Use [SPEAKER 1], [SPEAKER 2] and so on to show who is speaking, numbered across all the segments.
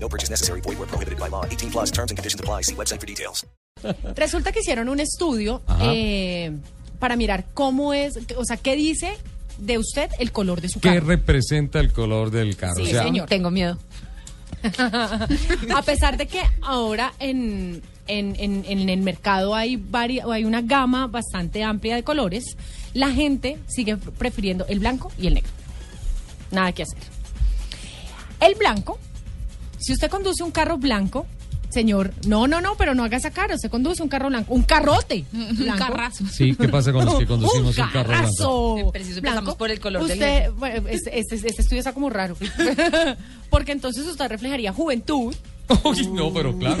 [SPEAKER 1] No purchase necessary. Void where prohibited by law. 18 plus terms and conditions apply. See website for details.
[SPEAKER 2] Resulta que hicieron un estudio eh, para mirar cómo es, o sea, qué dice de usted el color de su
[SPEAKER 3] ¿Qué
[SPEAKER 2] carro.
[SPEAKER 3] representa el color del carro?
[SPEAKER 2] Sí,
[SPEAKER 3] o sea,
[SPEAKER 2] señor.
[SPEAKER 4] Tengo miedo.
[SPEAKER 2] A pesar de que ahora en, en- en- en el mercado hay, vari- hay una gama bastante amplia de colores, la gente sigue prefiriendo el blanco y el negro. Nada que hacer. El blanco, si usted conduce un carro blanco, señor, no, no, no, pero no haga esa cara, usted conduce un carro blanco, un carrote.
[SPEAKER 4] Un
[SPEAKER 2] blanco.
[SPEAKER 4] carrazo.
[SPEAKER 3] sí, ¿qué pasa con los que conducimos
[SPEAKER 2] un
[SPEAKER 3] un carro blanco?
[SPEAKER 2] carrazo
[SPEAKER 4] Preciso, empezamos por el color del
[SPEAKER 2] Usted- bueno, este, este- este estudio está como raro. Porque entonces usted reflejaría juventud,
[SPEAKER 3] Uy, no, pero claro.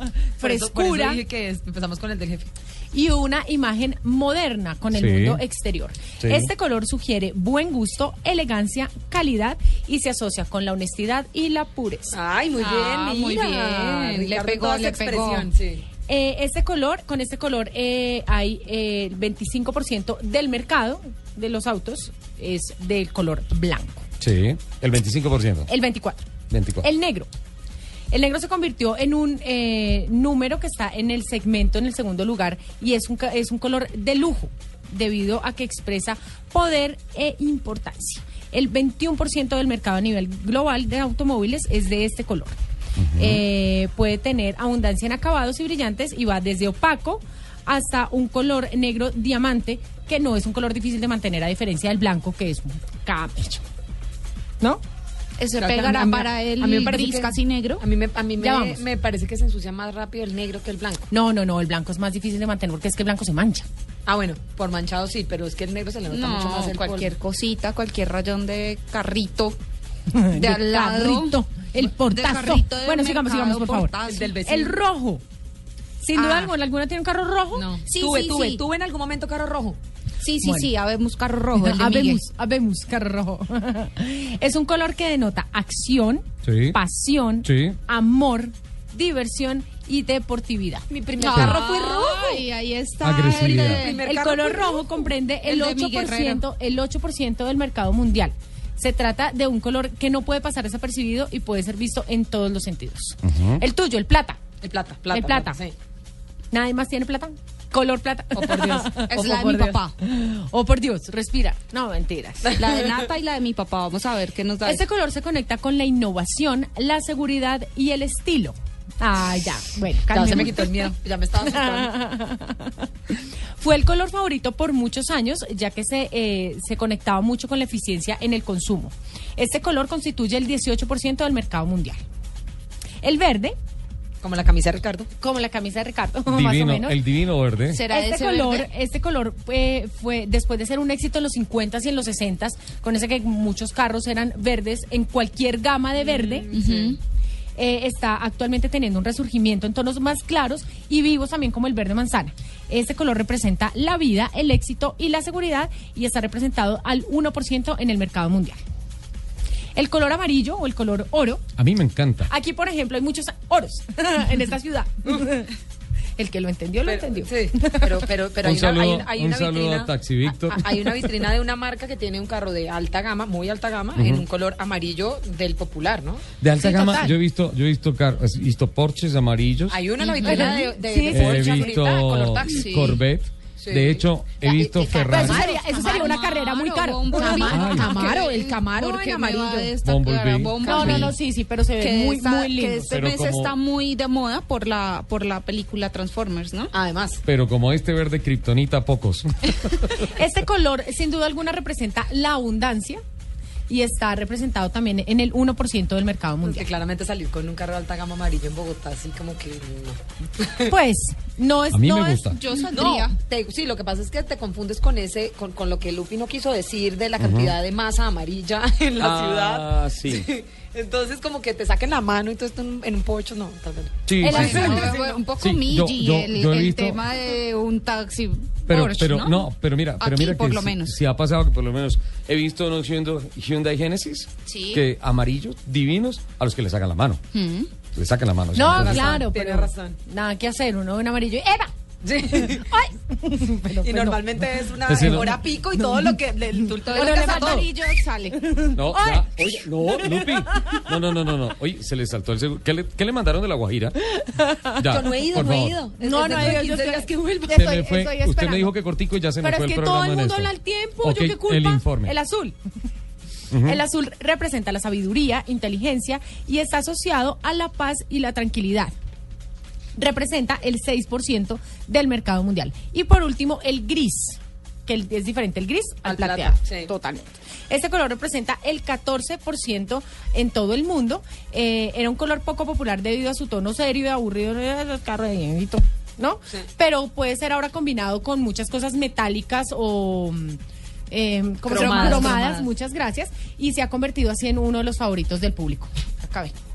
[SPEAKER 3] que sí.
[SPEAKER 4] Por eso- por
[SPEAKER 2] frescura
[SPEAKER 4] eso dije que es- empezamos con el del jefe.
[SPEAKER 2] y una imagen moderna con el
[SPEAKER 3] Sí.
[SPEAKER 2] mundo exterior.
[SPEAKER 3] Sí.
[SPEAKER 2] Este color sugiere buen gusto, elegancia, calidad y se asocia con la honestidad y la pureza.
[SPEAKER 5] Ay, muy bien,
[SPEAKER 4] Ah, muy
[SPEAKER 5] mira.
[SPEAKER 4] bien. Le
[SPEAKER 5] Ricardo,
[SPEAKER 4] pegó,
[SPEAKER 5] toda esa
[SPEAKER 4] le pegó.
[SPEAKER 5] expresión, sí.
[SPEAKER 2] Eh, este color, con este color eh, hay eh, el 25% del mercado de los autos es del color blanco.
[SPEAKER 3] Sí, el 25%.
[SPEAKER 2] El 24.
[SPEAKER 3] 24.
[SPEAKER 2] El negro. El negro se convirtió en un eh, número que está en el segmento, en el segundo lugar, y es un, ca- es un color de lujo, debido a que expresa poder e importancia. El 21% del mercado a nivel global de automóviles es de este color. Eh, puede tener abundancia en acabados y brillantes y va desde opaco hasta un color negro diamante, que no es un color difícil de mantener a diferencia del blanco, que es un camello. ¿No?
[SPEAKER 4] Eso
[SPEAKER 5] Creo que
[SPEAKER 4] pegará
[SPEAKER 5] a mí-
[SPEAKER 4] para el
[SPEAKER 5] a mí me parece
[SPEAKER 4] gris
[SPEAKER 5] que-
[SPEAKER 4] casi negro.
[SPEAKER 5] A mí, me, a mí
[SPEAKER 2] Ya
[SPEAKER 5] me,
[SPEAKER 2] vamos.
[SPEAKER 5] me parece que se ensucia más rápido el negro que el blanco.
[SPEAKER 2] No, no, no, el blanco es más difícil de mantener porque es que el blanco se mancha.
[SPEAKER 5] Ah, bueno, por manchado sí, pero es que el negro se le nota mucho más el
[SPEAKER 4] cualquier
[SPEAKER 5] polvo.
[SPEAKER 4] cosita, cualquier rayón de carrito. De al lado.
[SPEAKER 2] carrito, el
[SPEAKER 4] De
[SPEAKER 2] portazo.
[SPEAKER 4] carrito de
[SPEAKER 2] bueno, sigamos,
[SPEAKER 4] mercado,
[SPEAKER 2] sigamos, por favor.
[SPEAKER 4] portazo.
[SPEAKER 5] El del vecino.
[SPEAKER 2] El rojo. Sin duda
[SPEAKER 4] Ah.
[SPEAKER 2] alguna, ¿alguna tiene un carro rojo?
[SPEAKER 5] No.
[SPEAKER 4] Sí,
[SPEAKER 5] tuve,
[SPEAKER 4] sí,
[SPEAKER 5] tuve,
[SPEAKER 4] sí.
[SPEAKER 5] tuve en algún momento carro rojo.
[SPEAKER 4] Sí, sí,
[SPEAKER 2] Bueno.
[SPEAKER 4] sí, habemos carro rojo. el de Miguel.
[SPEAKER 2] habemos, habemos carro rojo. es un color que denota acción,
[SPEAKER 3] Sí.
[SPEAKER 2] pasión,
[SPEAKER 3] Sí.
[SPEAKER 2] amor, diversión y deportividad.
[SPEAKER 5] Mi primer
[SPEAKER 4] Ay,
[SPEAKER 5] carro fue rojo.
[SPEAKER 4] ahí
[SPEAKER 3] Ah,
[SPEAKER 4] está.
[SPEAKER 3] Agresividad.
[SPEAKER 4] el de-
[SPEAKER 5] Primer
[SPEAKER 2] El
[SPEAKER 5] carro
[SPEAKER 2] color
[SPEAKER 5] fue
[SPEAKER 2] rojo,
[SPEAKER 5] rojo.
[SPEAKER 2] comprende el,
[SPEAKER 4] El de Miguel
[SPEAKER 2] 8%, el 8% del mercado mundial. Se trata de un color que no puede pasar desapercibido y puede ser visto en todos los sentidos. El tuyo, el plata.
[SPEAKER 5] El plata, plata.
[SPEAKER 2] El plata. ¿Nadie más tiene plata? Color plata.
[SPEAKER 5] Oh, por Dios.
[SPEAKER 4] Es
[SPEAKER 2] O
[SPEAKER 4] la de
[SPEAKER 2] por
[SPEAKER 4] mi
[SPEAKER 2] Dios.
[SPEAKER 4] papá.
[SPEAKER 2] O por Dios, respira. No, mentiras.
[SPEAKER 4] La de Nata y la de mi papá. Vamos a ver qué nos da.
[SPEAKER 2] Este color se conecta con la innovación, la seguridad y el estilo. Ah, ya. Bueno,
[SPEAKER 5] Ya se me
[SPEAKER 2] calmemos.
[SPEAKER 5] quitó el miedo. Ya me estaba asustando.
[SPEAKER 2] Fue el color favorito por muchos años, ya que se, eh, se conectaba mucho con la eficiencia en el consumo. Este color constituye el 18% del mercado mundial. El verde,
[SPEAKER 5] Como la camisa de Ricardo.
[SPEAKER 2] como la camisa de Ricardo, más o
[SPEAKER 3] Divino,
[SPEAKER 2] menos.
[SPEAKER 3] el divino verde.
[SPEAKER 4] ¿Será
[SPEAKER 2] Este
[SPEAKER 4] ese
[SPEAKER 2] color,
[SPEAKER 4] verde?
[SPEAKER 2] este color eh, fue después de ser un éxito en los 50s y en los 60s, con ese que muchos carros eran verdes en cualquier gama de verde.
[SPEAKER 5] Mm,
[SPEAKER 2] eh, está actualmente teniendo un resurgimiento en tonos más claros y vivos también como el verde manzana. Este color representa la vida, el éxito y la seguridad y está representado al 1% en el mercado mundial. El color amarillo o el color oro
[SPEAKER 3] A mí me encanta.
[SPEAKER 2] Aquí, por ejemplo, hay muchos oros en esta ciudad. El que lo entendió, lo
[SPEAKER 5] Pero-
[SPEAKER 2] entendió.
[SPEAKER 5] Sí, pero, pero, pero
[SPEAKER 3] Un
[SPEAKER 5] hay, una, hay
[SPEAKER 3] saludo-
[SPEAKER 5] una- hay
[SPEAKER 3] un
[SPEAKER 5] una
[SPEAKER 3] saludo
[SPEAKER 5] vitrina.
[SPEAKER 3] a Taxi Víctor.
[SPEAKER 5] a- a- Hay una vitrina de una marca que tiene un carro de alta gama, muy alta gama, en un color amarillo del popular, ¿no?
[SPEAKER 3] De alta
[SPEAKER 2] Sí,
[SPEAKER 3] gama,
[SPEAKER 2] total.
[SPEAKER 3] yo he visto, yo he visto carros, he visto Porches amarillos.
[SPEAKER 5] Hay una en la vitrina de, de,
[SPEAKER 2] Sí,
[SPEAKER 5] de
[SPEAKER 2] sí,
[SPEAKER 3] he
[SPEAKER 5] Porsche
[SPEAKER 3] visto
[SPEAKER 2] ah,
[SPEAKER 5] ahorita, color taxi.
[SPEAKER 3] Corvette.
[SPEAKER 5] Sí.
[SPEAKER 3] De hecho, he
[SPEAKER 5] Ya, y-
[SPEAKER 3] visto
[SPEAKER 5] y-
[SPEAKER 3] Ferrari.
[SPEAKER 2] pues, Eso sería, eso sería una carrera muy cara.
[SPEAKER 3] Ay.
[SPEAKER 2] Camaro, el Camaro en amarillo.
[SPEAKER 3] Bumblebee.
[SPEAKER 2] No, no, no, sí, sí, pero se ve
[SPEAKER 4] que
[SPEAKER 2] muy,
[SPEAKER 4] esta-
[SPEAKER 2] muy
[SPEAKER 4] que
[SPEAKER 2] lindo.
[SPEAKER 4] este
[SPEAKER 3] Pero
[SPEAKER 4] mes
[SPEAKER 3] como-
[SPEAKER 4] está muy de moda por la por la película Transformers, ¿no?
[SPEAKER 5] Además,
[SPEAKER 3] Pero como este verde kriptonita, pocos.
[SPEAKER 2] Este color, sin duda alguna, representa la abundancia y está representado también en el 1% del mercado
[SPEAKER 5] porque
[SPEAKER 2] mundial.
[SPEAKER 5] claramente salir con un carro de alta gama amarillo en Bogotá, así como que no.
[SPEAKER 2] Pues, no es...
[SPEAKER 3] A mí
[SPEAKER 2] no
[SPEAKER 3] me
[SPEAKER 2] es-
[SPEAKER 3] gusta.
[SPEAKER 4] Yo
[SPEAKER 5] No,
[SPEAKER 4] saldría.
[SPEAKER 5] te- sí, lo que pasa es que te confundes con ese, con, con lo que Lupi no quiso decir de la cantidad de masa amarilla en la
[SPEAKER 6] Ah, sí.
[SPEAKER 5] ciudad. Entonces, como que te saquen la mano y todo esto en en un pocho, no, tal vez. no. pues,
[SPEAKER 3] Sí,
[SPEAKER 4] El
[SPEAKER 3] sí, sí.
[SPEAKER 4] avión, eh, un poco
[SPEAKER 3] Sí, yo-
[SPEAKER 4] Migi,
[SPEAKER 3] yo-
[SPEAKER 4] el,
[SPEAKER 3] yo he
[SPEAKER 4] el
[SPEAKER 3] visto-
[SPEAKER 4] tema de un taxi.
[SPEAKER 3] Pero,
[SPEAKER 4] Porsche,
[SPEAKER 3] pero
[SPEAKER 4] ¿no?
[SPEAKER 3] ¿no? pero mira, pero
[SPEAKER 4] Aquí,
[SPEAKER 3] mira que
[SPEAKER 4] por lo
[SPEAKER 3] sí-
[SPEAKER 4] menos.
[SPEAKER 3] sí ha pasado que por lo menos he visto unos Hyundai, Hyundai Genesis
[SPEAKER 4] Sí.
[SPEAKER 3] que amarillos divinos a los que le sacan la mano. Le sacan la mano. o sea,
[SPEAKER 2] No,
[SPEAKER 3] entonces-
[SPEAKER 2] claro,
[SPEAKER 5] tiene
[SPEAKER 2] pero
[SPEAKER 5] razón.
[SPEAKER 2] nada que hacer, uno de un amarillo y ¡Eva!
[SPEAKER 5] Sí.
[SPEAKER 2] Pero,
[SPEAKER 5] Y
[SPEAKER 2] pues, no.
[SPEAKER 5] normalmente es una
[SPEAKER 3] Es que no-
[SPEAKER 5] hora pico y todo lo que le, tú-
[SPEAKER 4] Todo
[SPEAKER 5] le
[SPEAKER 4] lo que
[SPEAKER 5] sacas
[SPEAKER 4] es
[SPEAKER 5] a todo.
[SPEAKER 4] amarillo sale.
[SPEAKER 3] No, ya, oye, no, Lupi. No, no, no, no, no. Oye, se le saltó el seguro. ¿Qué le, qué le mandaron de la Guajira? Ya,
[SPEAKER 5] Yo no he ido,
[SPEAKER 3] por
[SPEAKER 5] no he
[SPEAKER 3] favor.
[SPEAKER 5] ido.
[SPEAKER 2] No, no,
[SPEAKER 5] dentro de
[SPEAKER 2] yo- yo
[SPEAKER 5] 15
[SPEAKER 2] estoy-
[SPEAKER 5] días que vuelva.
[SPEAKER 3] Se
[SPEAKER 4] Estoy-
[SPEAKER 3] me fue.
[SPEAKER 4] estoy
[SPEAKER 3] Usted
[SPEAKER 4] esperando.
[SPEAKER 3] me dijo que cortico y ya se me
[SPEAKER 2] Pero
[SPEAKER 3] fue
[SPEAKER 2] es que todo
[SPEAKER 3] el programa
[SPEAKER 2] el
[SPEAKER 3] en
[SPEAKER 2] mundo
[SPEAKER 3] esto.
[SPEAKER 2] habla al tiempo.
[SPEAKER 3] Ok,
[SPEAKER 2] ¿Yo qué culpa?
[SPEAKER 3] El informe.
[SPEAKER 2] El azul. El azul representa la sabiduría, inteligencia y está asociado a la paz y la tranquilidad. Representa el 6% del mercado mundial. Y por último, el gris, que el- es diferente el gris al,
[SPEAKER 5] Al
[SPEAKER 2] plateado.
[SPEAKER 5] plata, sí.
[SPEAKER 2] Totalmente. Este color representa el 14% en todo el mundo. Eh, era un color poco popular debido a su tono serio y aburrido. eh, Carro de viejito, ¿no?
[SPEAKER 5] Sí.
[SPEAKER 2] Pero puede ser ahora combinado con muchas cosas metálicas o. mm, eh, ¿cómo se llama? cromadas,
[SPEAKER 5] Cromadas, cromadas.
[SPEAKER 2] muchas gracias. Y se ha convertido así en uno de los favoritos del público. Acá ven.